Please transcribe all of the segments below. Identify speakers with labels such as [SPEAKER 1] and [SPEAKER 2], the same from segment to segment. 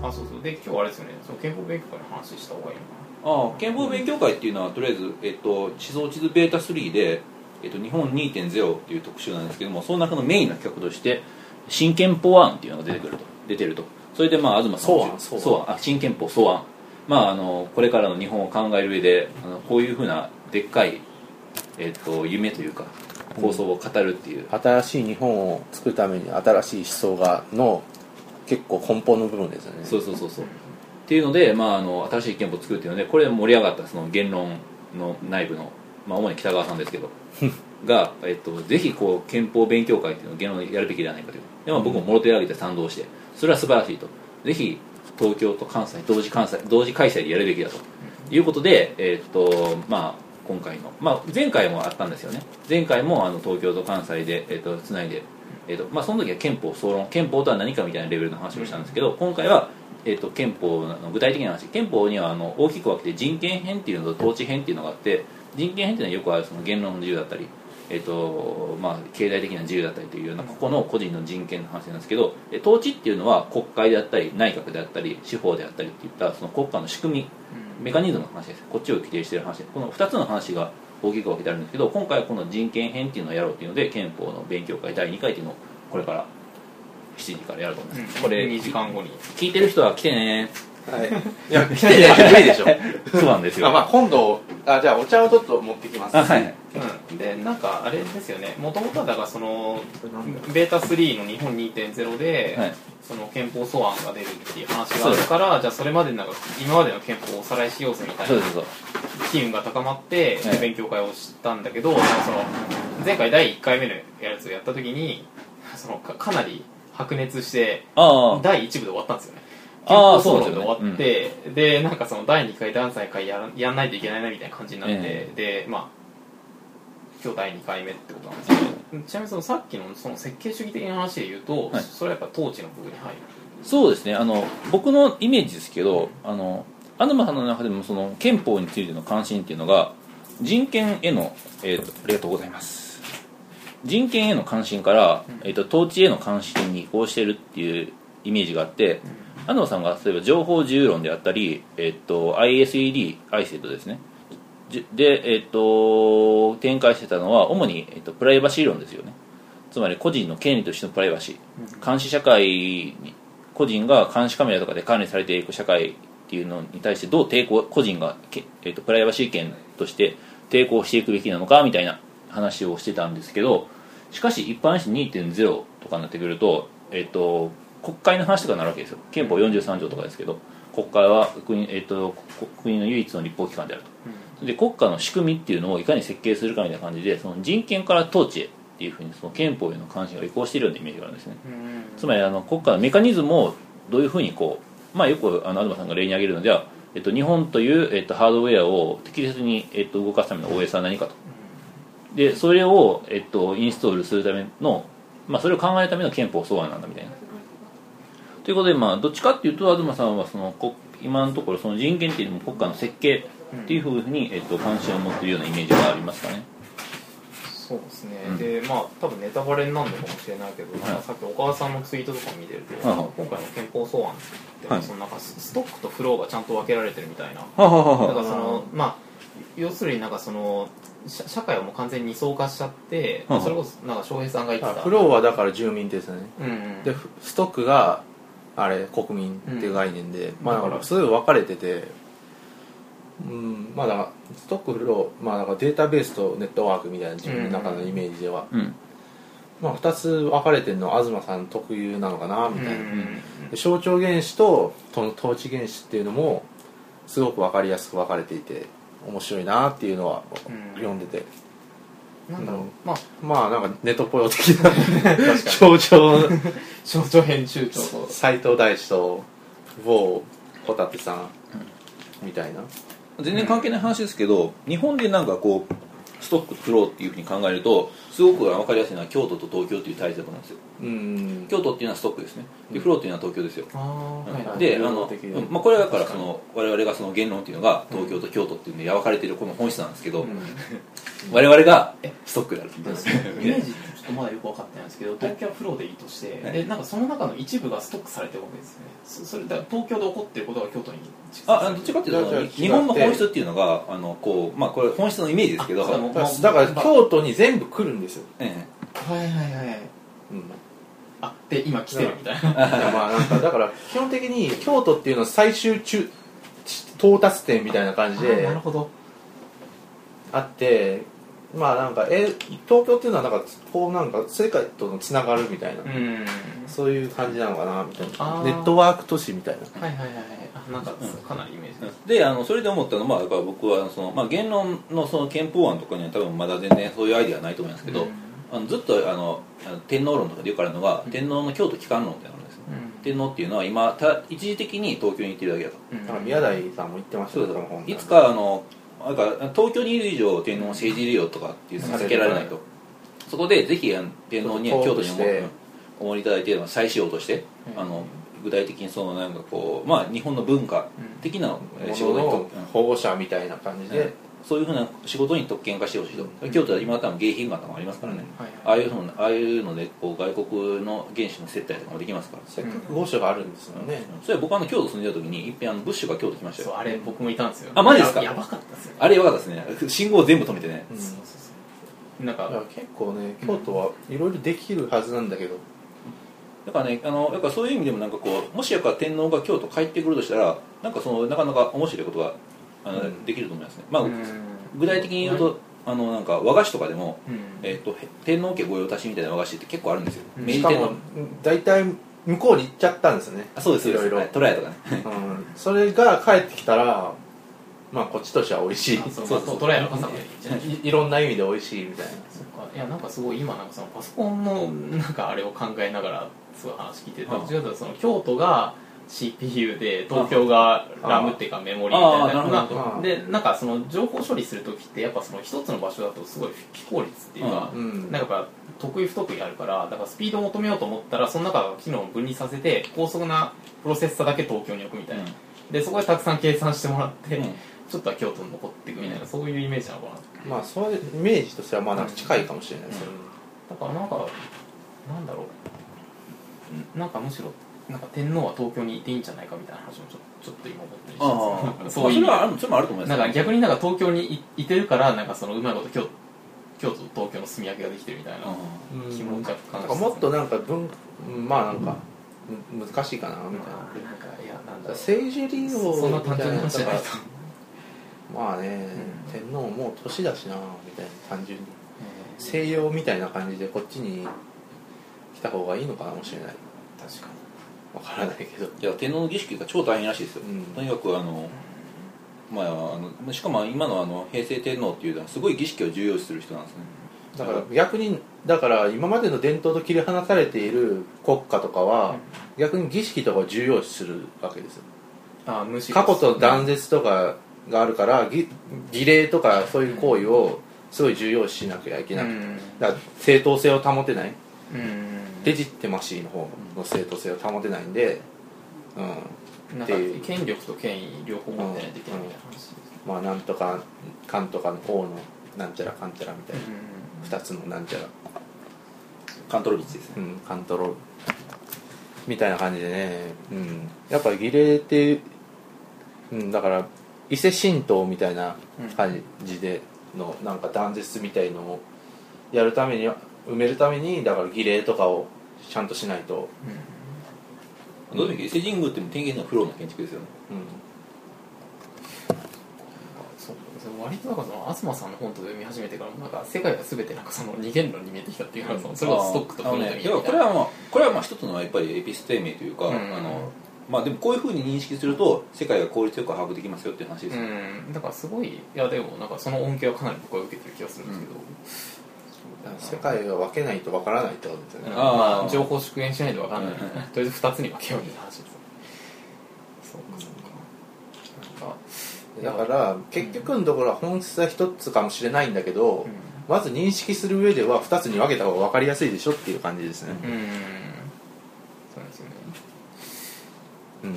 [SPEAKER 1] あれですよねその憲法勉強会の話した方がいいのか
[SPEAKER 2] ああ憲法勉強会っていうのはとりあえず、えっと、地蔵地図ベータ3で、えっと、日本2.0っていう特集なんですけどもその中のメインの企画として新憲法案っていうのが出てくると出てるとそれでまあ東さん
[SPEAKER 3] 草案
[SPEAKER 2] そう
[SPEAKER 3] 草案
[SPEAKER 2] あ新憲法草案まああのこれからの日本を考える上であのこういうふうなでっかい、えっと、夢というか構想を語るっていう、
[SPEAKER 3] 新しい日本を作るために新しい思想がの結構根本の部分ですよね
[SPEAKER 2] そうそうそうそうっていうので、まあ、あの新しい憲法を作るっていうのでこれ盛り上がったその言論の内部の、まあ、主に北川さんですけ どが、えっと、ぜひこう憲法勉強会っていうのを言論でやるべきではないかというで、まあ、僕ももろ手を挙げて賛同してそれは素晴らしいとぜひ東京と関西同時関西同時開催でやるべきだということで、えっとまあ、今回の、まあ、前回もあったんですよね前回もあの東京と関西で、えっとつないで、えっとまあ、その時は憲法総論憲法とは何かみたいなレベルの話をしたんですけど今回は、えっと憲法の具体的な話憲法にはあの大きく分けて人権編っていうのと統治編っていうのがあって人権編っていうのはよくあるその言論の自由だったりえっとまあ、経済的な自由だったりというような個々の個人の人権の話なんですけどえ統治っていうのは国会であったり内閣であったり司法であったりっていったその国家の仕組みメカニズムの話ですこっちを規定している話でこの2つの話が大きく分けてあるんですけど今回はこの人権編っていうのをやろうっていうので憲法の勉強会第2回っていうのをこれから7時からやると思います、
[SPEAKER 1] な
[SPEAKER 2] これ
[SPEAKER 1] 2時間後に
[SPEAKER 2] 聞いてる人は来てね
[SPEAKER 4] はい、い や来て ないと無理でしょ
[SPEAKER 2] そうなんですよ
[SPEAKER 4] あ、まあ、今度あじゃあお茶をちょっと持ってきます
[SPEAKER 2] あはい
[SPEAKER 1] うん、でなんかあれですよねもともとはだからそのベータ3の日本2.0で、
[SPEAKER 2] はい
[SPEAKER 1] その憲法草案が出るっていう話があるからじゃあそれまでなんか今までの憲法をおさらいしようぜみたい
[SPEAKER 2] そう
[SPEAKER 1] な
[SPEAKER 2] そうそう
[SPEAKER 1] 機運が高まって
[SPEAKER 2] はい
[SPEAKER 1] 勉強会をしたんだけど、なんかその前回第1回目のやつをやった時にそのかかなり白熱して
[SPEAKER 2] あ あ
[SPEAKER 1] 第1部で終わったんですよね憲
[SPEAKER 2] あ
[SPEAKER 1] 法
[SPEAKER 2] ー
[SPEAKER 1] 総論
[SPEAKER 2] そう
[SPEAKER 1] で
[SPEAKER 2] だ
[SPEAKER 1] 終
[SPEAKER 2] よね
[SPEAKER 1] わって、でなんかその第2回第3回やらやんないといけないなみたいな感じになって、
[SPEAKER 2] え
[SPEAKER 1] でまあ今日第2回目ってことなんですけどちなみにそのさっきのその設計主義的な話で言うと、
[SPEAKER 2] はい
[SPEAKER 1] それはやっぱ統治の部分に入る
[SPEAKER 2] そうですねあの僕のイメージですけどあの東さんの中でもその憲法についての関心っていうのが人権への、えーとありがとうございます人権への関心から、えー、と統治への関心に移行してるっていうイメージがあって安藤さんが例えば情報自由論であったり、えー、と ISED、ISED ですねじで、えー、と展開してたのは主に、えー、とプライバシー論ですよねつまり個人の権利としてのプライバシー監視社会に個人が監視カメラとかで管理されていく社会っていうのに対してどう抵抗個人が、けえっとプライバシー権として抵抗していくべきなのかみたいな話をしてたんですけどしかし一般紙2.0とかになってくると,、えっと国会の話とかになるわけですよ憲法43条とかですけど国会は国,、えっとこ国の唯一の立法機関であると。で国家の仕組みっていうのをいかに設計するかみたいな感じでその人権から統治へっていうふうにその憲法への関心が移行しているようなイメージがあるんですねつまりあの国家のメカニズムをどういうふうにこう、まあ、よくあの東さんが例に挙げるのでは、えっと、日本という、えっと、ハードウェアを適切に、えっと、動かすための OS は何かとでそれを、えっと、インストールするための、まあ、それを考えるための憲法草案なんだみたいなということで、まあ、どっちかっていうと東さんはそのこ今のところその人権っていうのも国家の設計っていうふうに、えっと、関心を持っているようなイメージがありますかね
[SPEAKER 1] そうですね、
[SPEAKER 2] うん
[SPEAKER 1] でまあ多分ネタバレになるのかもしれないけど、
[SPEAKER 2] はい
[SPEAKER 1] なんかさっき岡田さんのツイートとか見てると、
[SPEAKER 2] はいはい
[SPEAKER 1] 今回の憲法草案って、
[SPEAKER 2] はい
[SPEAKER 1] そのなんかスストックとフローがちゃんと分けられてるみたいな
[SPEAKER 2] ははは
[SPEAKER 1] だからそのまあ要するになんかその社社会をもう完全に二層化しちゃって、
[SPEAKER 2] うん
[SPEAKER 1] それこそなんか翔平さんが言って
[SPEAKER 3] あ
[SPEAKER 1] た
[SPEAKER 3] フローはだから住民ですね
[SPEAKER 1] うんうん
[SPEAKER 3] でフストックがあれ国民っていう概念で、まあだか
[SPEAKER 1] だからら
[SPEAKER 3] それ分かれててうんまあだからストックフローまあだからデータベースとネットワークみたいな自分の中のイメージでは、
[SPEAKER 2] うん
[SPEAKER 3] まあ2つ分かれてるのは東さん特有なのかなみ
[SPEAKER 1] うん
[SPEAKER 3] たいな、
[SPEAKER 1] うん
[SPEAKER 3] で象徴原子とその統治原子っていうのもすごく分かりやすく分かれていて面白いなっていうのは
[SPEAKER 1] うん
[SPEAKER 3] 読んでて、
[SPEAKER 1] なんだろう
[SPEAKER 3] うん
[SPEAKER 1] まあ
[SPEAKER 3] まあなんかネトポヨ的な 象徴の
[SPEAKER 1] 少女編集長と
[SPEAKER 3] 斎藤大志と某ホタテさんみたいな
[SPEAKER 2] 全然関係ない話ですけど日本でなんかこうストックとフローっていうふうに考えるとすごく分かりやすいのは京都と東京っていう対策なんですよ
[SPEAKER 3] うん
[SPEAKER 2] 京都っていうのはストックですねでフローっていうのは東京ですよ
[SPEAKER 1] ああはいはい
[SPEAKER 2] であ
[SPEAKER 3] 流動
[SPEAKER 2] の、
[SPEAKER 3] 的に
[SPEAKER 2] うんまあ、これはだからその我々がその言論っていうのが東京と京都っていうので分かれてるこの本質なんですけど、 我々がストックである
[SPEAKER 1] でそのイメージってちょっとまだよく分かってないんですけど東京はフローでいいとして、
[SPEAKER 2] はい
[SPEAKER 1] でなんかその中の一部がストックされてるわけですよねそそれだから東京で起こってることが京都に蓄積
[SPEAKER 2] ああ
[SPEAKER 1] さ
[SPEAKER 2] の
[SPEAKER 1] れ
[SPEAKER 2] どって
[SPEAKER 1] る
[SPEAKER 2] ちかっていう
[SPEAKER 3] じゃ
[SPEAKER 2] と
[SPEAKER 3] あ違って
[SPEAKER 2] 日本の本質っていうのがあのこうまあこれ本質のイメージですけど
[SPEAKER 1] あそうだ
[SPEAKER 2] え
[SPEAKER 1] もん
[SPEAKER 3] だからだから京都に全部来るんですよ、
[SPEAKER 2] え
[SPEAKER 1] はいはいはい
[SPEAKER 3] うん
[SPEAKER 1] あで今来てるみたいな
[SPEAKER 3] だからまあなんかだから基本的に京都っていうのは最終中到達点みたいな感じ
[SPEAKER 1] あ
[SPEAKER 3] で
[SPEAKER 1] なるほど
[SPEAKER 3] あってまあなんかえ東京っていうのはなんかこうなんか世界とのつながるみたいな、
[SPEAKER 1] うん
[SPEAKER 3] そういう感じなのかなみたい
[SPEAKER 1] あ
[SPEAKER 3] な
[SPEAKER 1] ー
[SPEAKER 3] ネットワーク都市みたいな
[SPEAKER 1] はいはいはいはいあなんかかなりイメージが
[SPEAKER 2] であのそれで思ったのは、まあ、だから僕はその、まあ、言論のその憲法案とかには多分まだ全然そういうアイデアはないと思いますけど、あのずっとあのあの天皇論とかでよくあるのが、天皇の京都帰還論ってなるんですよ、天皇っていうのは今た一時的に東京に行ってるだけだと
[SPEAKER 1] うん
[SPEAKER 3] なんか宮台さんも言ってました
[SPEAKER 2] そうだ
[SPEAKER 3] よこの
[SPEAKER 2] と
[SPEAKER 3] 本
[SPEAKER 2] いつかあのなんか東京にいる以上天皇を政治利用とかっていうのは避けられないとそこでぜひあの天皇には京都におも
[SPEAKER 3] そうですね
[SPEAKER 2] お守りいただいて再使用として、
[SPEAKER 1] うん
[SPEAKER 2] あの具体的にそのなんかこうまあ日本の文化的なえー仕
[SPEAKER 3] も
[SPEAKER 2] 事に
[SPEAKER 3] のの
[SPEAKER 2] と
[SPEAKER 3] 保護者みたいな感じ
[SPEAKER 2] うん
[SPEAKER 3] で、
[SPEAKER 2] そういうふうな仕事に特権化してほしいと、
[SPEAKER 3] うん
[SPEAKER 2] 京都は今多分迎賓館とかもありますからね、
[SPEAKER 3] うん
[SPEAKER 1] はい
[SPEAKER 2] あ
[SPEAKER 1] は
[SPEAKER 2] あ
[SPEAKER 1] い
[SPEAKER 2] いうのああいうのでこう外国の元首の接待とかもできますから、
[SPEAKER 3] せっかく御所があるんですよね、
[SPEAKER 2] それ僕あの京都住んでた時に一遍あのブッシュが京都来ました
[SPEAKER 1] そう
[SPEAKER 2] よ
[SPEAKER 1] あれ僕もいたんですよ
[SPEAKER 2] あマジですか
[SPEAKER 1] ややばかったですよね
[SPEAKER 2] あれよかったですね信号全部止めてね
[SPEAKER 3] う
[SPEAKER 1] そ
[SPEAKER 3] ん
[SPEAKER 1] うそうそうなん
[SPEAKER 3] だから
[SPEAKER 1] か
[SPEAKER 3] 結構ね京都はいろいろできるはずなんだけど、
[SPEAKER 2] だからねあのだからそういう意味でもなんかこうもしやから天皇が京都帰ってくるとしたらなんかそのなかなか面白いことがあの、
[SPEAKER 3] うん
[SPEAKER 2] できると思いますね、まあ
[SPEAKER 1] うん
[SPEAKER 2] 具体的に言うと、あのなんか和菓子とかでも、
[SPEAKER 1] うん
[SPEAKER 2] えっとへ天皇家御用達みたいな和菓子って結構あるんですよ、
[SPEAKER 1] うん
[SPEAKER 2] 明
[SPEAKER 3] し
[SPEAKER 2] 治
[SPEAKER 3] か
[SPEAKER 2] 天
[SPEAKER 3] も
[SPEAKER 2] 皇
[SPEAKER 3] 大体向こうに行っちゃったんですね
[SPEAKER 2] あそうですそうです
[SPEAKER 3] いろいろ
[SPEAKER 2] はいトラヤとかね
[SPEAKER 3] うんそれが帰ってきたらまあこっちとしては美味しい
[SPEAKER 1] あそう
[SPEAKER 2] そうそう
[SPEAKER 1] そうトライの傘もいいじゃん
[SPEAKER 3] いい ろんな意味で美味しいみたいな
[SPEAKER 1] そっかいやなんかすごい今なんかそのパソコンのなんかあれを考えながらすごい話聞いてたんですけどその京都が CPU で東京が
[SPEAKER 3] あ
[SPEAKER 1] RAM っていうかメモリみたいなの
[SPEAKER 2] あーなる
[SPEAKER 3] ほ
[SPEAKER 1] が
[SPEAKER 3] ど
[SPEAKER 1] でなんかその情報処理する時ってやっぱその一つの場所だとすごい非効率っていうか
[SPEAKER 3] う。ん
[SPEAKER 1] なんかやっぱ得意不得意あるからだからスピードを求めようと思ったらその中の機能を分離させて高速なプロセッサだけ東京に置くみたいな、でそこでたくさん計算してもらって、
[SPEAKER 2] うん
[SPEAKER 1] ちょっとは京都に残っていくみたいな、そういうイメージなのかな
[SPEAKER 3] まあそういうイメージとしてはまあなんか近いかもしれないですよね
[SPEAKER 1] だからなんかなんだろうなんかむしろなんか天皇は東京にいていいんじゃないかみたいな話もちょちょっと今思ったりしてますなん
[SPEAKER 2] あ
[SPEAKER 1] か
[SPEAKER 2] あ
[SPEAKER 1] そういう
[SPEAKER 2] そ
[SPEAKER 1] 意
[SPEAKER 2] れ
[SPEAKER 1] 味
[SPEAKER 2] はあるそれもあると思いま
[SPEAKER 1] なん
[SPEAKER 2] す
[SPEAKER 1] か逆になんか東京にいいてるからなんかそのうまいこと京京都と東京の住み分けができてるみたいな
[SPEAKER 2] う
[SPEAKER 3] うん
[SPEAKER 1] 気も若干
[SPEAKER 3] なんかもっとなんか文うんまあなんかむ難しいかなみたい
[SPEAKER 1] まあなんかいやなん
[SPEAKER 3] な
[SPEAKER 1] だろう
[SPEAKER 3] 政治利用
[SPEAKER 1] そそんな単
[SPEAKER 3] みた
[SPEAKER 1] 純
[SPEAKER 3] い
[SPEAKER 1] な
[SPEAKER 3] な
[SPEAKER 1] 話じゃないと思う、
[SPEAKER 3] まあね
[SPEAKER 1] うん
[SPEAKER 3] 天皇もう年だしなみたいな単純に
[SPEAKER 1] えー
[SPEAKER 3] 西洋みたいな感じでこっちに来た方がいいのかもしれない
[SPEAKER 1] 確か
[SPEAKER 3] わからないけど
[SPEAKER 2] いや天皇の儀式が超大変らしいですよ、
[SPEAKER 3] うん
[SPEAKER 2] とにかくあの、まあ、あのしかも今のあの平成天皇っていうのはすごい儀式を重要視する人なんですね
[SPEAKER 3] だから逆にだから今までの伝統と切り離されている国家とかは逆に儀式とかを重要視するわけですよ
[SPEAKER 1] にあーむしろ
[SPEAKER 3] 過去と断絶とかがあるからぎ儀礼とかそういう行為をすごい重要視しなきゃいけ
[SPEAKER 1] う
[SPEAKER 3] なくて
[SPEAKER 1] ん
[SPEAKER 3] だから正当性を保てない
[SPEAKER 1] うん
[SPEAKER 3] デジテマシーの方の正当性を保てないんでうん
[SPEAKER 1] なんか権力と権威両方持ってないといけないみたいな話です
[SPEAKER 3] まあなんとかかんとかの王のなんちゃらかんちゃらみたいな
[SPEAKER 1] うん
[SPEAKER 3] 2つのなんちゃら
[SPEAKER 2] カントロビッチですね
[SPEAKER 3] うん、カントロールみたいな感じでね、うん、やっぱ儀礼って、うん、だから伊勢神道みたいな感じでのなんか断絶みたいのをやるためには埋めるためにだから儀礼とかをちゃんとしないと、
[SPEAKER 2] どうでもいいけど伊勢神宮って天元のフローの建築ですよね
[SPEAKER 3] うん、
[SPEAKER 1] そう割となんかその東さんの本とか読み始めてからもなんか世界が全てなんかその二元論に見えてきたっていうか、そのそれをストックと
[SPEAKER 2] あ
[SPEAKER 1] フ
[SPEAKER 2] の
[SPEAKER 1] ロント
[SPEAKER 2] ね
[SPEAKER 1] に
[SPEAKER 2] いやこれはまあこれはまあ一つのやっぱりエピステーメというか、
[SPEAKER 1] うん
[SPEAKER 2] あのまあでもこういうふうに認識すると世界が効率よく把握できますよっていう話です、
[SPEAKER 1] うんだからすごいいやでもなんかその恩恵はかなり僕は受けてる気がするんですけど、
[SPEAKER 3] 世界を分けないと分からないってことですよね、
[SPEAKER 1] うん
[SPEAKER 2] あー
[SPEAKER 1] まあ、情報縮減しないとわかんない、
[SPEAKER 2] うん
[SPEAKER 1] とりあえず二つに分けようみたいな話ですそうかそうかなんか
[SPEAKER 3] だから結局のところは本質は一つかもしれないんだけど、まず認識する上では二つに分けた方が分かりやすいでしょっていう感じですね、
[SPEAKER 1] うんそうなんですよね
[SPEAKER 3] うん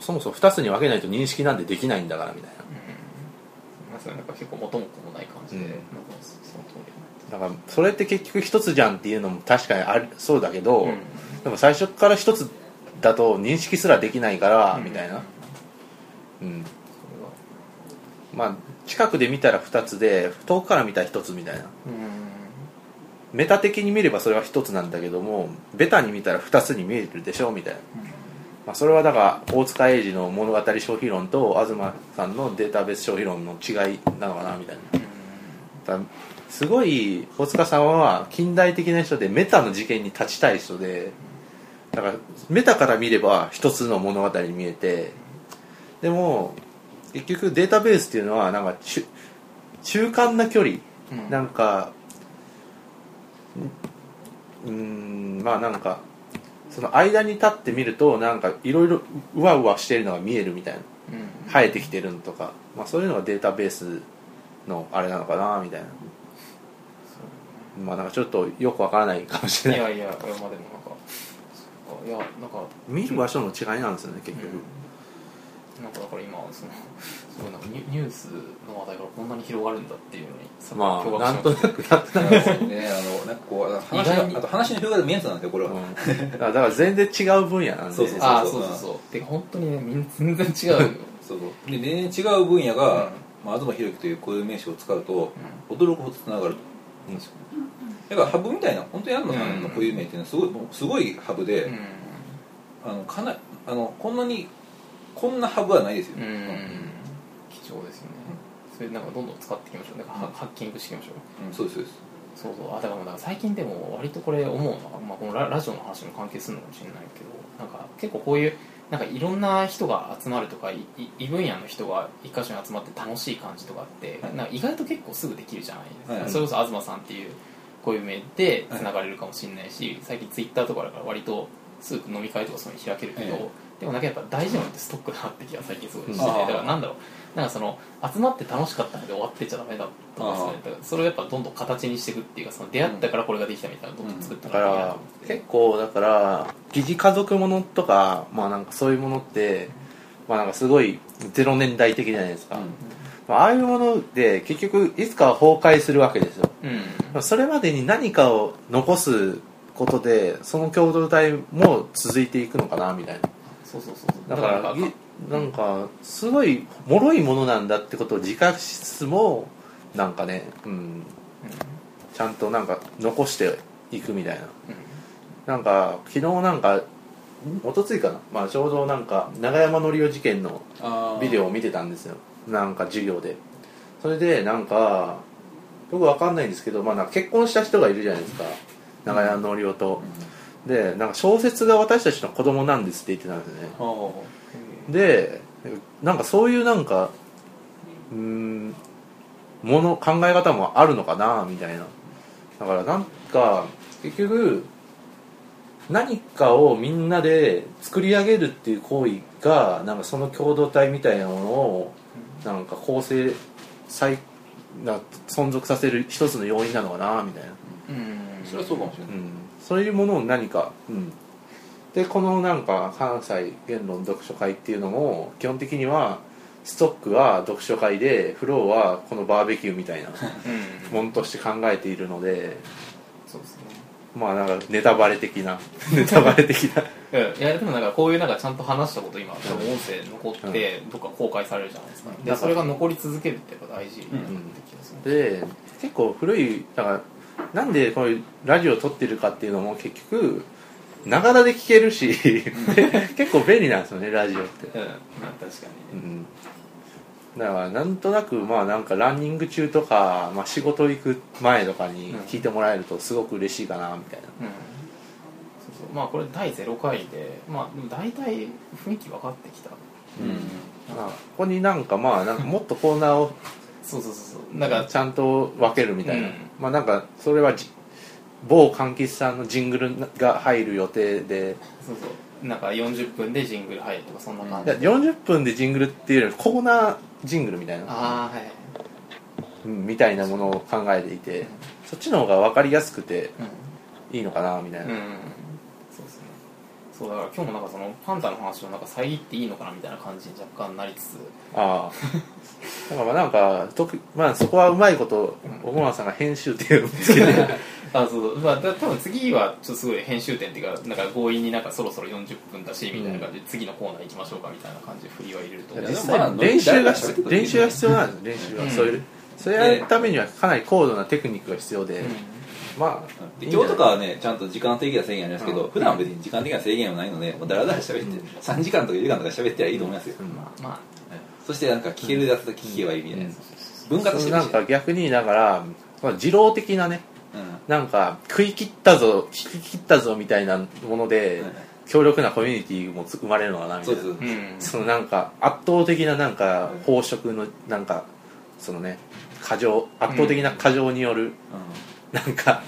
[SPEAKER 3] そもそも二つに分けないと認識なんてできないんだからみたいな
[SPEAKER 1] うんまあそれなんか結構元も子もない感じで、
[SPEAKER 3] うん
[SPEAKER 1] なんかその通り
[SPEAKER 3] だからそれって結局一つじゃんっていうのも確かにあるそうだけど、
[SPEAKER 1] うん
[SPEAKER 3] でも最初から一つだと認識すらできないから、みたいな、うん、まあ近くで見たら二つで遠くから見たら一つみたい
[SPEAKER 1] う
[SPEAKER 3] な
[SPEAKER 1] ん
[SPEAKER 3] メタ的に見ればそれは一つなんだけどもベタに見たら二つに見えるでしょみたいな、まあ、それはだから大塚英二の物語消費論と東さんのデータベース消費論の違いなのかなみたいなだからすごい大塚さんは近代的な人でメタの事件に立ちたい人でだからメタから見れば一つの物語に見えてでも結局データベースっていうのはなんか中中間な距離
[SPEAKER 1] うん
[SPEAKER 3] なんかうーんまあなんかその間に立ってみるとなんかいろいろうわうわしてるのが見えるみたいな
[SPEAKER 1] うん
[SPEAKER 3] 生えてきてるのとか、まあ、そういうのがデータベースのあれなのかなみたいなまあなんかちょっとよくわからないかもし
[SPEAKER 1] い
[SPEAKER 3] れない
[SPEAKER 1] やいやいやまあでもなんかそっかいやなんか
[SPEAKER 3] 見る場所の違いなんですよね結局、
[SPEAKER 1] うんなんかだから今そのすごいなんかニュニュースの話題がこんなに広がるんだっていうのにさ
[SPEAKER 3] まあ
[SPEAKER 1] 驚愕
[SPEAKER 3] なんとな
[SPEAKER 1] しまし
[SPEAKER 3] くなんとな
[SPEAKER 2] ねあのなんかこう
[SPEAKER 1] 意
[SPEAKER 2] 話
[SPEAKER 1] 外に
[SPEAKER 2] のあと話の広がる目安なんですよこれは、
[SPEAKER 3] く、うんだからだから全然違う分野なんで
[SPEAKER 2] そうそう
[SPEAKER 1] たああそうそうそうてか本当にねみん 全然違うよ、
[SPEAKER 2] そうそうで全然違う分野が、
[SPEAKER 1] うん
[SPEAKER 2] まあ、東博樹という固有名詞を使うと、驚くほどつながると
[SPEAKER 3] うん
[SPEAKER 2] だからハブみたいな本当に東さんの固有名っていうのはすごい,、もうすごいハブで、
[SPEAKER 1] うん
[SPEAKER 2] あのかなあのこんなにこんなハブはないですよ、
[SPEAKER 1] うん、貴重ですよねそれなんかどんどん使っていきましょうなんかハハッキングしていきましょう
[SPEAKER 2] うんそうですそうです
[SPEAKER 1] そうそうあだからなんか最近でも割とこれ思うのは、まあ、このララジオの話にも関係するのかもしれないけどなんか結構こういうなんかいろんな人が集まるとかいい異分野の人が一箇所に集まって楽しい感じとかって、なんか意外と結構すぐできるじゃないですか、
[SPEAKER 2] はい
[SPEAKER 1] それこそ東さんっていうこういう名でつながれるかもしれないし、最近ツイッターとかだから割とすぐ飲み会とかそういうの開けるけど、
[SPEAKER 2] ええ
[SPEAKER 1] でもなんかやっぱ大事なのってストックだなって気が最近すごいしてて、
[SPEAKER 2] うんあ
[SPEAKER 1] だ
[SPEAKER 2] あ
[SPEAKER 1] からなんだろうなんかその集まって楽しかったので終わってちゃダメだとかですね
[SPEAKER 2] ああ
[SPEAKER 1] だからそれをやっぱどんどん形にしていくっていうかその出会ったからこれができたみたいなのをどんどん作って
[SPEAKER 3] だ
[SPEAKER 1] い
[SPEAKER 3] か
[SPEAKER 1] かなきゃいけないな
[SPEAKER 3] ら
[SPEAKER 1] と思って
[SPEAKER 3] 結構だから疑似家族ものとかまあなんかそういうものってまあなんかすごいゼロ年代的じゃないですか、まあああいうものって結局いつかは崩壊するわけですよ
[SPEAKER 1] うん
[SPEAKER 3] それまでに何かを残すことでその共同体も続いていくのかなみたいな
[SPEAKER 1] そうそうそうそう
[SPEAKER 3] だから
[SPEAKER 1] なん
[SPEAKER 3] ぎなんかすごい脆いものなんだってことを自覚しつつもなんかねうんちゃんとなんか残していくみたいななんか昨日なんか一昨日かな、まあ、ちょうどなんか永山則夫事件の
[SPEAKER 2] あー
[SPEAKER 3] ビデオを見てたんですよなんか授業でそれでなんかよくわかんないんですけど、まあ、なんか結婚した人がいるじゃないですか永山則夫と、でなんか小説が私たちの子供なんですって言ってたんですね
[SPEAKER 2] あー
[SPEAKER 3] でなんかそういうなんかうーんもの考え方もあるのかなみたいなだからなんか結局何かをみんなで作り上げるっていう行為がなんかその共同体みたいなものをなんか構成再な存続させる一つの要因なのかなみたいな
[SPEAKER 1] うんうん
[SPEAKER 2] それはそうかもしれない、
[SPEAKER 3] うんそういうものを何か、うん、でこのなんか関西言論読書会っていうのも基本的にはストックは読書会でフローはこのバーベキューみたいな
[SPEAKER 1] うん
[SPEAKER 3] もんとして考えているので
[SPEAKER 1] そうですね
[SPEAKER 3] まあなんかネタバレ的な ネタバレ的な
[SPEAKER 1] うんいやでもなんかこういうなんかちゃんと話したこと今多分音声残ってどっか公開されるじゃないですか
[SPEAKER 3] うん
[SPEAKER 1] でそれが残り続けるってやっぱ大事な
[SPEAKER 2] うん
[SPEAKER 1] んだ気がする
[SPEAKER 3] で結構古いだからなんでこういうラジオを撮ってるかっていうのも結局ながらで聞けるし結構便利なんですよねラジオって
[SPEAKER 1] うんまあ確か
[SPEAKER 3] う
[SPEAKER 1] にね
[SPEAKER 3] んだからなんとなくまあなんかランニング中とか、まあ、仕事行く前とかに聞いてもらえるとすごく嬉しいかなみたいな、
[SPEAKER 1] うんそうそうまあこれ第0回でまあでも大体雰囲気分かってきた
[SPEAKER 3] まあ、ここになんかまあなんかもっとコーナーを
[SPEAKER 1] そうそうそうそうなんか
[SPEAKER 3] ちゃんと分けるみたいな、
[SPEAKER 1] うん
[SPEAKER 3] まあなんかそれはじ某柑橘さんのジングルが入る予定で
[SPEAKER 1] そうそうなんか40分でジングル入るとかそんな感じ、
[SPEAKER 3] だから40分でジングルっていうよりコーナージングルみたいな、
[SPEAKER 1] ああはい
[SPEAKER 3] うんみたいなものを考えていてそっちの方が分かりやすくていいのかなみたい
[SPEAKER 1] うん、
[SPEAKER 3] な、
[SPEAKER 1] うん、そうですねそうだから今日もなんかそのパンタの話をなんか遮っていいのかなみたいな感じに若干なりつつ
[SPEAKER 3] ああだからまあなんか特まあそこはうまいこと奥村さんが編集っていうのをつけて
[SPEAKER 1] あそうまあた多分次はちょっとすごい編集点っていうかなんか強引になんかそろそろ40分だしみたいな感じで、次のコーナー行きましょうかみたいな感じで振りは入れると思う
[SPEAKER 2] いや
[SPEAKER 3] 実
[SPEAKER 2] で
[SPEAKER 3] 際
[SPEAKER 2] もまあ
[SPEAKER 3] 練習
[SPEAKER 2] 誰か
[SPEAKER 3] が
[SPEAKER 2] がやってくれてる
[SPEAKER 3] 練習が必要なんですよ練習は、
[SPEAKER 1] うん
[SPEAKER 3] そういうそれやるためにはかなり高度なテクニックが必要で、まあいいんじゃ
[SPEAKER 2] 今
[SPEAKER 3] な
[SPEAKER 2] 日
[SPEAKER 3] い
[SPEAKER 2] とかはねちゃんと時間的な制限ありますけど、
[SPEAKER 3] うん
[SPEAKER 2] 普段は別に時間的な制限はないのでもうだらだら喋って、3時間とか4時間とか喋ってりゃいいと思いますよ、
[SPEAKER 3] うん
[SPEAKER 1] まあま
[SPEAKER 2] そしてなんか聞けるやつだけ聞けばいいみたいな、
[SPEAKER 3] うん
[SPEAKER 2] 文化とし
[SPEAKER 3] そう
[SPEAKER 2] て
[SPEAKER 3] なんか逆にだから、まあ、二郎的なねなんか食い切ったぞ聞き切ったぞみたいなもので、強力なコミュニティもつ生まれるのかなみ
[SPEAKER 2] そ
[SPEAKER 3] たい
[SPEAKER 2] そ
[SPEAKER 3] うな
[SPEAKER 2] う
[SPEAKER 1] あうん
[SPEAKER 3] そのなんか圧倒的ななんか飽食のなんかそのね過剰圧倒的な過剰によるなんか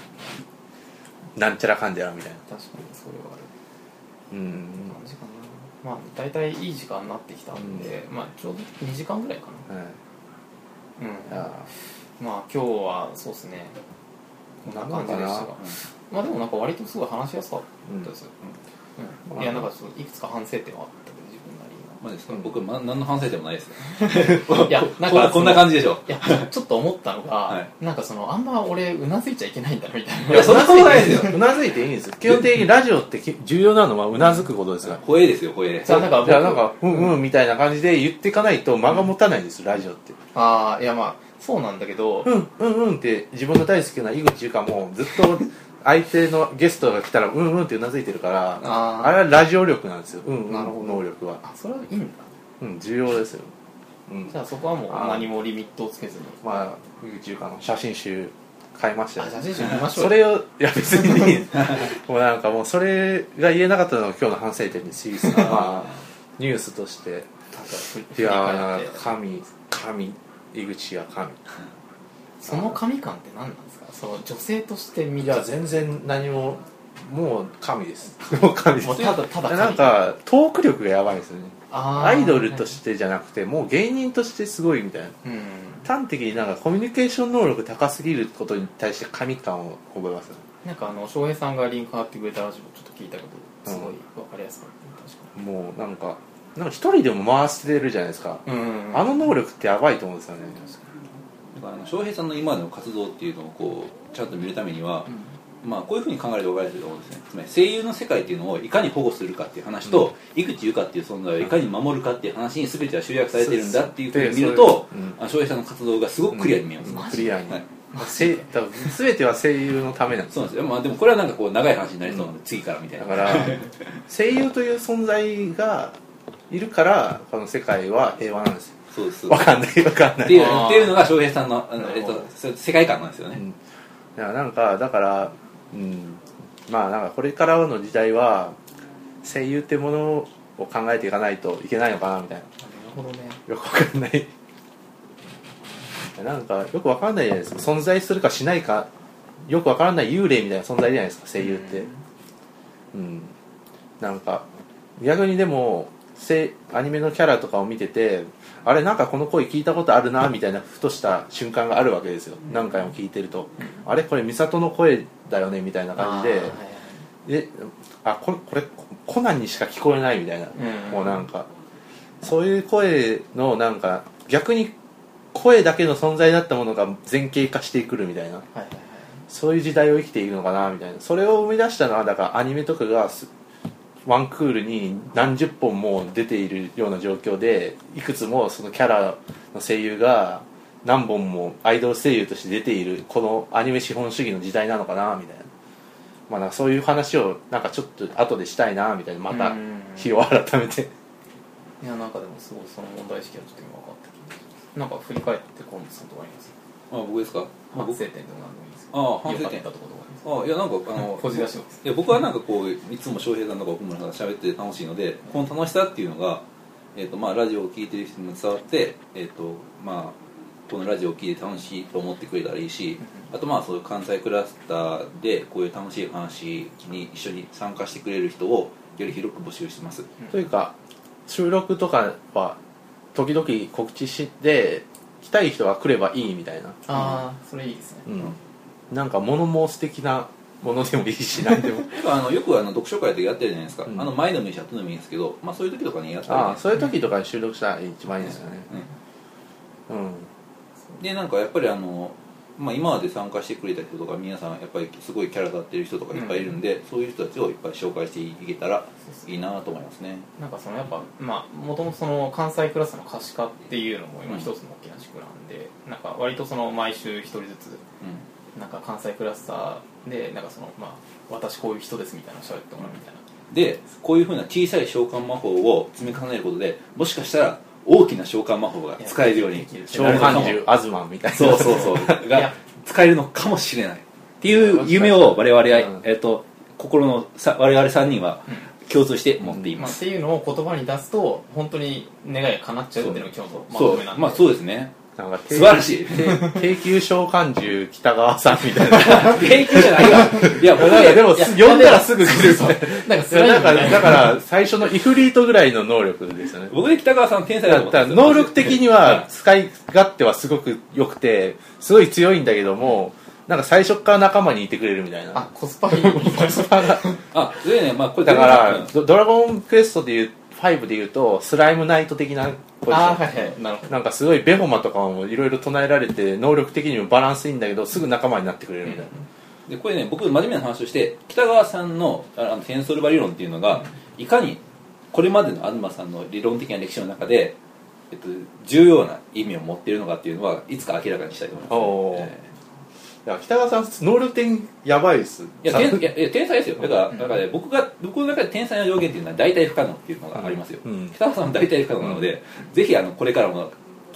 [SPEAKER 3] なんちゃらかんじゃらみたいな
[SPEAKER 1] 確かにそれはある
[SPEAKER 3] うん
[SPEAKER 1] こんな感じかなまあ大体いい時間になってきたんで、まあちょうど2時間ぐらいか
[SPEAKER 3] はい
[SPEAKER 1] なうん
[SPEAKER 3] いや
[SPEAKER 1] まあ今日はそうですねこんな感じでした
[SPEAKER 3] な
[SPEAKER 1] が
[SPEAKER 3] んか
[SPEAKER 1] まあでもなんか割とすごい話しやすかったです、
[SPEAKER 3] うん
[SPEAKER 1] うんいやなんかちょっといくつか反省点はあったけど自分なりに
[SPEAKER 2] まあですか僕、ま、何の反省点もないですよ
[SPEAKER 1] い やなん
[SPEAKER 2] こん
[SPEAKER 1] か
[SPEAKER 2] なこんな感じでしょ
[SPEAKER 1] いやちょちょっと思ったのが、
[SPEAKER 2] は
[SPEAKER 1] なんかそのあんま俺うなずいちゃいけないんだなみたいない
[SPEAKER 2] やそんなことないですよ
[SPEAKER 3] うなずいていいんですよ基本的にラジオってき重要なのはうなずくことですから
[SPEAKER 2] 声ですよ声
[SPEAKER 1] じゃあなんか
[SPEAKER 3] じ
[SPEAKER 1] 僕
[SPEAKER 3] ゃあなんかうんうんみたいな感じで言っていかないと間が持たないですラジオって
[SPEAKER 1] ああいやまあそうなんだけど、
[SPEAKER 3] うんうんうんって自分の大好きな井口優香もずっと相手のゲストが来たらうんうんってうなずいてるから
[SPEAKER 1] あー
[SPEAKER 3] あれはラジオ力なんですようんうん
[SPEAKER 1] なるほど
[SPEAKER 3] 能力は
[SPEAKER 1] あそれはいいんだ
[SPEAKER 3] うん重要ですようん
[SPEAKER 1] じゃあそこはもう
[SPEAKER 3] あー
[SPEAKER 1] 何もリミットをつけずに
[SPEAKER 3] まあ井口優香の写真集買いました
[SPEAKER 1] あ
[SPEAKER 3] よ
[SPEAKER 1] 写真集見ましょう
[SPEAKER 3] それをいや別 に もうなんかもうそれが言えなかったのが今日の反省点にシーズン まあニュースとして
[SPEAKER 1] なんか振り
[SPEAKER 3] い
[SPEAKER 1] 振り
[SPEAKER 3] や
[SPEAKER 1] 返っ
[SPEAKER 3] ー
[SPEAKER 1] て
[SPEAKER 3] 神神井口は神
[SPEAKER 1] その神感って何なんですかその女性として見
[SPEAKER 3] い
[SPEAKER 1] た
[SPEAKER 3] や全然何ももう神です もう神で
[SPEAKER 1] もう
[SPEAKER 3] す
[SPEAKER 1] ただただ神
[SPEAKER 3] なんかトーク力がやばいですよね
[SPEAKER 1] あー
[SPEAKER 3] アイドルとしてじゃなくてもう芸人としてすごいみたいな
[SPEAKER 1] うん
[SPEAKER 3] 端的になんかコミュニケーション能力高すぎることに対して神感を覚えますね
[SPEAKER 1] なんかあの翔平さんがリンク貼ってくれたラジオちょっと聞いたけどすごい分かりやすかった確か
[SPEAKER 3] もうなんかなんか一人でも回してるじゃないですか
[SPEAKER 1] にうん
[SPEAKER 3] あの能力ってやばいと思うんですよね
[SPEAKER 2] だからあの翔平さんの今の活動っていうのをこうちゃんと見るためには
[SPEAKER 1] う、ん
[SPEAKER 2] まあ、こういうふうに考えると分かれてると思うんですねつまり声優の世界っていうのをいかに保護するかっていう話と、井口優香っていう存在をいかに守るかっていう話に全ては集約されてるんだっていうふうに見ると
[SPEAKER 3] そうそううん
[SPEAKER 2] あの翔平さんの活動がすごくクリアに見えます、
[SPEAKER 1] うんマ
[SPEAKER 3] ク
[SPEAKER 1] ジで
[SPEAKER 3] リアに、
[SPEAKER 2] はい
[SPEAKER 3] せ多分全ては声優のためなんです
[SPEAKER 2] そうなんですよ、まあ、でもこれはなんかこう長い話になりそうなんで、次からみたい
[SPEAKER 3] だ
[SPEAKER 2] な
[SPEAKER 3] から声優という存在がいるからこの世界は平和なんですよ
[SPEAKER 2] そうです
[SPEAKER 3] わ
[SPEAKER 2] っ
[SPEAKER 3] かんないわかんない
[SPEAKER 2] ていう
[SPEAKER 1] あー
[SPEAKER 2] っていうのが翔平さんのあの、
[SPEAKER 1] な
[SPEAKER 2] えっ
[SPEAKER 1] る
[SPEAKER 2] と
[SPEAKER 1] ほど、
[SPEAKER 2] そう世界観なんですよ
[SPEAKER 3] う
[SPEAKER 2] ね、
[SPEAKER 3] ん、いやなんかだから、うん、まあなんかこれからの時代は声優ってものを考えていかないといけないのかなみたい
[SPEAKER 1] な
[SPEAKER 3] な
[SPEAKER 1] るほどね
[SPEAKER 3] よくわかんないいやなんかよくわかんないじゃないですか存在するかしないかよくわからない幽霊みたいな存在じゃないですか声優ってうんなんか逆にでもせアニメのキャラとかを見ててあれなんかこの声聞いたことあるなみたいなふとした瞬間があるわけですよ何回も聞いてるとあれこれ美里の声だよねみたいな感じ
[SPEAKER 1] あー
[SPEAKER 3] で
[SPEAKER 1] はい
[SPEAKER 3] であここれココナンにしか聞こえないみたいな、
[SPEAKER 1] うん
[SPEAKER 3] もうなんかそういう声のなんか逆に声だけの存在だったものが前景化してくるみたいな
[SPEAKER 1] はいはいはい
[SPEAKER 3] そういう時代を生きているのかなみたいなそれを生み出したのはだからアニメとかがすワンクールに何十本も出ているような状況でいくつもそのキャラの声優が何本もアイドル声優として出ているこのアニメ資本主義の時代なのかなみたいな,、まあ、なんかそういう話をなんかちょっと後でしたいなみたいなまた
[SPEAKER 1] うん
[SPEAKER 3] 日を改めて
[SPEAKER 1] いやなんかでもすごいその問題意識はちょっと今分かった気がしますなんか振り返って今度さんとかあります
[SPEAKER 2] あ僕ですか
[SPEAKER 1] 反省
[SPEAKER 2] 僕
[SPEAKER 1] 点でも何でもいいですけど
[SPEAKER 2] あ反省点
[SPEAKER 1] 良かったところとかあります
[SPEAKER 2] あいやなんかあの
[SPEAKER 1] こじ出してます
[SPEAKER 2] いや僕はなんかこういつも翔平さんとか奥村さんが喋ってて楽しいのでこの楽しさっていうのが、えっとまあ、ラジオを聴いてる人にも伝わって、えっとまあ、このラジオを聴いて楽しいと思ってくれたらいいしあとまあそういう関西クラスターでこういう楽しい話に一緒に参加してくれる人をより広く募集してます
[SPEAKER 3] というか収録とかは時々告知して来たい人が来ればいいみたいな、
[SPEAKER 1] ああそれいいですね
[SPEAKER 3] うん、なんか物申す的なものでもいいし何でも
[SPEAKER 2] なんかあのよくあの読書会とかやってるじゃないですか、
[SPEAKER 3] うん
[SPEAKER 2] あの前の飯やってのもいいんですけど、まあ、そういう時とかにやったりね
[SPEAKER 3] ああそういう時とかに収録したら一番いいですよね
[SPEAKER 2] ね
[SPEAKER 3] うん
[SPEAKER 2] でなんかやっぱりあの、まあ、今まで参加してくれた人とか皆さんやっぱりすごいキャラ立ってる人とかいっぱいいるんで、そういう人たちをいっぱい紹介していけたらいいなと思いますね
[SPEAKER 1] なんかそのやっぱまあもともとその関西クラスの可視化っていうのも今一つの大きな宿なんで、なんか割とその毎週一人ずつ
[SPEAKER 2] う
[SPEAKER 1] なんか関西クラスターでなんかそのまあ私こういう人ですみたいなのを喋ってもらうみたいな、
[SPEAKER 2] んでこういうふうな小さい召喚魔法を積み重ねることでもしかしたら大きな召喚魔法が使えるように
[SPEAKER 3] 召
[SPEAKER 1] なるほ
[SPEAKER 3] 喚
[SPEAKER 1] ど
[SPEAKER 3] 獣アズマンみたいな
[SPEAKER 2] そうそうそう
[SPEAKER 1] い
[SPEAKER 2] が
[SPEAKER 1] や
[SPEAKER 2] 使えるのかもしれないっていう夢を我々は、
[SPEAKER 3] うん
[SPEAKER 2] えっと心のさ我々3人は共通して持っていま
[SPEAKER 1] まあ、っ
[SPEAKER 2] す、
[SPEAKER 1] ていうのを言葉に出すと本当に願いが叶っちゃうっていうのが今日のま
[SPEAKER 2] そ
[SPEAKER 1] と
[SPEAKER 2] う
[SPEAKER 1] めなんで
[SPEAKER 2] まあそうですね
[SPEAKER 3] なんか
[SPEAKER 2] 素晴らしい
[SPEAKER 3] 低低級召喚獣北川さんみたいな
[SPEAKER 2] 平気じゃ ないわいや僕
[SPEAKER 3] なんか
[SPEAKER 2] ね
[SPEAKER 3] でも
[SPEAKER 1] いや
[SPEAKER 3] 呼んだらすぐ来るみたい
[SPEAKER 1] なんかスライムみ
[SPEAKER 3] なんか
[SPEAKER 1] たいな
[SPEAKER 3] だから最初のイフリートぐらいの能力ですよね
[SPEAKER 2] 僕ね北川さん天才だ
[SPEAKER 3] だ
[SPEAKER 2] と思
[SPEAKER 3] っ
[SPEAKER 2] って
[SPEAKER 3] た
[SPEAKER 2] ま
[SPEAKER 3] ら
[SPEAKER 2] す
[SPEAKER 3] 能力的には使い勝手はすごく良くてすごい強いんだけどもなんか最初から仲間にいてくれるみたいな
[SPEAKER 1] あコスパいいみたいな
[SPEAKER 2] あそれねまあこれ
[SPEAKER 3] だか
[SPEAKER 2] うん
[SPEAKER 3] らドドラゴンクエストでいう5でいうとスライムナイト的なポジシ
[SPEAKER 1] ああ
[SPEAKER 3] ョ
[SPEAKER 1] は
[SPEAKER 3] ン
[SPEAKER 1] いはいなるほ
[SPEAKER 3] なんかすごいベホマとかもいろいろ唱えられて能力的にもバランスいいんだけどすぐ仲間になってくれるみたいな、
[SPEAKER 2] でこれね僕真面目な話をして北川さんのああのテンソルバ理論っていうのがいかにこれまでの東さんの理論的な歴史の中で、えっと、重要な意味を持っているのかっていうのはいつか明らかにしたいと思います、
[SPEAKER 3] おー
[SPEAKER 2] えー
[SPEAKER 3] いや北川さん能力的にやばいです
[SPEAKER 2] いや
[SPEAKER 3] さ
[SPEAKER 2] 天いやいや天才ですよだからだからね、僕が僕の中で天才の条件っていうのは大体不可能っていうのがありますよ、
[SPEAKER 3] うん
[SPEAKER 2] 北川さんは大体不可能なので、ぜひあのこれからも、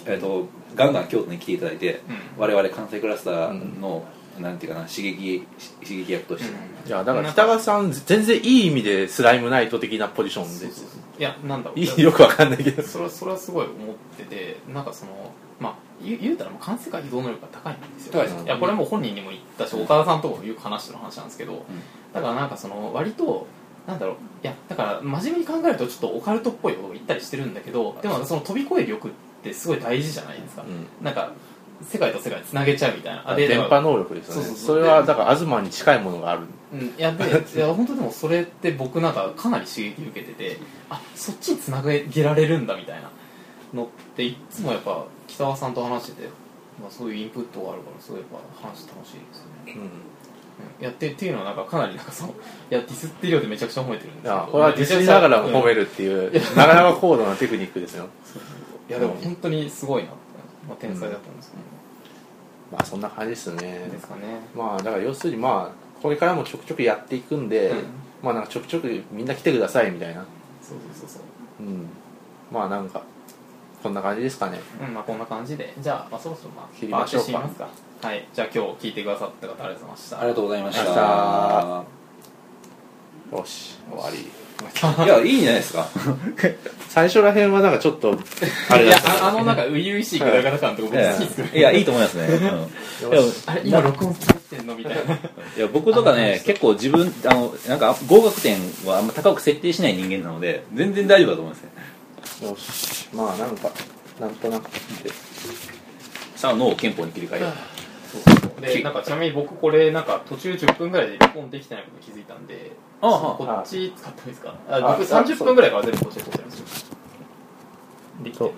[SPEAKER 2] えっとガンガン京都に来ていただいて、
[SPEAKER 1] う
[SPEAKER 2] 我々関西クラスターの、なんていうかな刺激し刺激役として、
[SPEAKER 3] いやだから北川さん全然いい意味でスライムナイト的なポジション
[SPEAKER 1] ど
[SPEAKER 3] です
[SPEAKER 1] いやなんだろう
[SPEAKER 3] いいよくわかんないけど
[SPEAKER 1] それはそれはすごい思っててなんかそのまあ言う言うたらもう関西化移動能力が高いんですよ
[SPEAKER 2] 高いです
[SPEAKER 1] いやこれもう本人にも言ったし岡田さんともよく話してる話なんですけど、だからなんかその割となんだろういやだから真面目に考えるとちょっとオカルトっぽいことを言ったりしてるんだけどでもその飛び越え力ってすごい大事じゃないですか、
[SPEAKER 3] う
[SPEAKER 1] なんか世界と世界つなげちゃうみたいなあで
[SPEAKER 3] 電波能力ですよ
[SPEAKER 1] そ
[SPEAKER 3] ね
[SPEAKER 1] うそうそう
[SPEAKER 3] それはだから東に近いものがある
[SPEAKER 1] うん、いや でいや本当でもそれって僕なんかかなり刺激受けててあそっちにつなげられるんだみたいなのっていつもやっぱ北川さんと話してて、まあ、そういうインプットがあるからすごいやっぱ話楽しいですよね、うん、いやってっていうのはなんかかなりなんかその いやディスってるようでめちゃくちゃ褒めてるん
[SPEAKER 3] い
[SPEAKER 1] ですけ
[SPEAKER 3] や
[SPEAKER 1] ど
[SPEAKER 3] これはディスりながらも褒め
[SPEAKER 1] る、
[SPEAKER 3] るっていうなかなか高度なテクニックですよ
[SPEAKER 1] うんいやでも本当にすごいなって、まあ、天才だったんですけど、
[SPEAKER 3] まあそんな感じですね
[SPEAKER 1] ですかね
[SPEAKER 3] まあだから要するにまあこれからもちょくちょくやっていくんで、
[SPEAKER 1] うん
[SPEAKER 3] まあなんかちょくちょくみんな来てくださいみたいな
[SPEAKER 1] そうそうそうそう
[SPEAKER 3] うんまあなんかこんな感じですかね
[SPEAKER 1] うんまあこんな感じでじゃあ、まあ、そろそろまあ
[SPEAKER 3] 切りましょうか
[SPEAKER 1] パーティーますかはいじゃあ今日聞いてくださった方ありがとうございました
[SPEAKER 2] ありがとうございまし
[SPEAKER 3] ありがとうござい
[SPEAKER 2] た
[SPEAKER 3] よし終わり
[SPEAKER 2] いやいいんじゃないですか
[SPEAKER 3] 最初らへんはなんかちょっとあ
[SPEAKER 1] い
[SPEAKER 3] れだ
[SPEAKER 1] や
[SPEAKER 3] っ、た
[SPEAKER 1] ああのなんか初々しい方々感とか僕好きですけど、
[SPEAKER 2] いやいいと思いますね、うんいや
[SPEAKER 1] あれ今録音作ってんのみたいな。
[SPEAKER 2] いや僕とかね結構自分あのなんか合格点はあんま高く設定しない人間なので全然大丈夫だと思いますね
[SPEAKER 3] よしまあなんかなんとなくで
[SPEAKER 2] さあ脳を憲法に切り替えよう
[SPEAKER 1] で、なんかちなみに僕これなんか途中10分ぐらいで録音できてないことに気づいたんで、
[SPEAKER 2] ああ
[SPEAKER 1] こ
[SPEAKER 2] は
[SPEAKER 1] っち使ってもいいですかあ
[SPEAKER 3] あ
[SPEAKER 1] 僕
[SPEAKER 3] あ
[SPEAKER 1] 30分ぐらいから全部こっちで撮ってるんですよ。できて
[SPEAKER 3] そう
[SPEAKER 1] る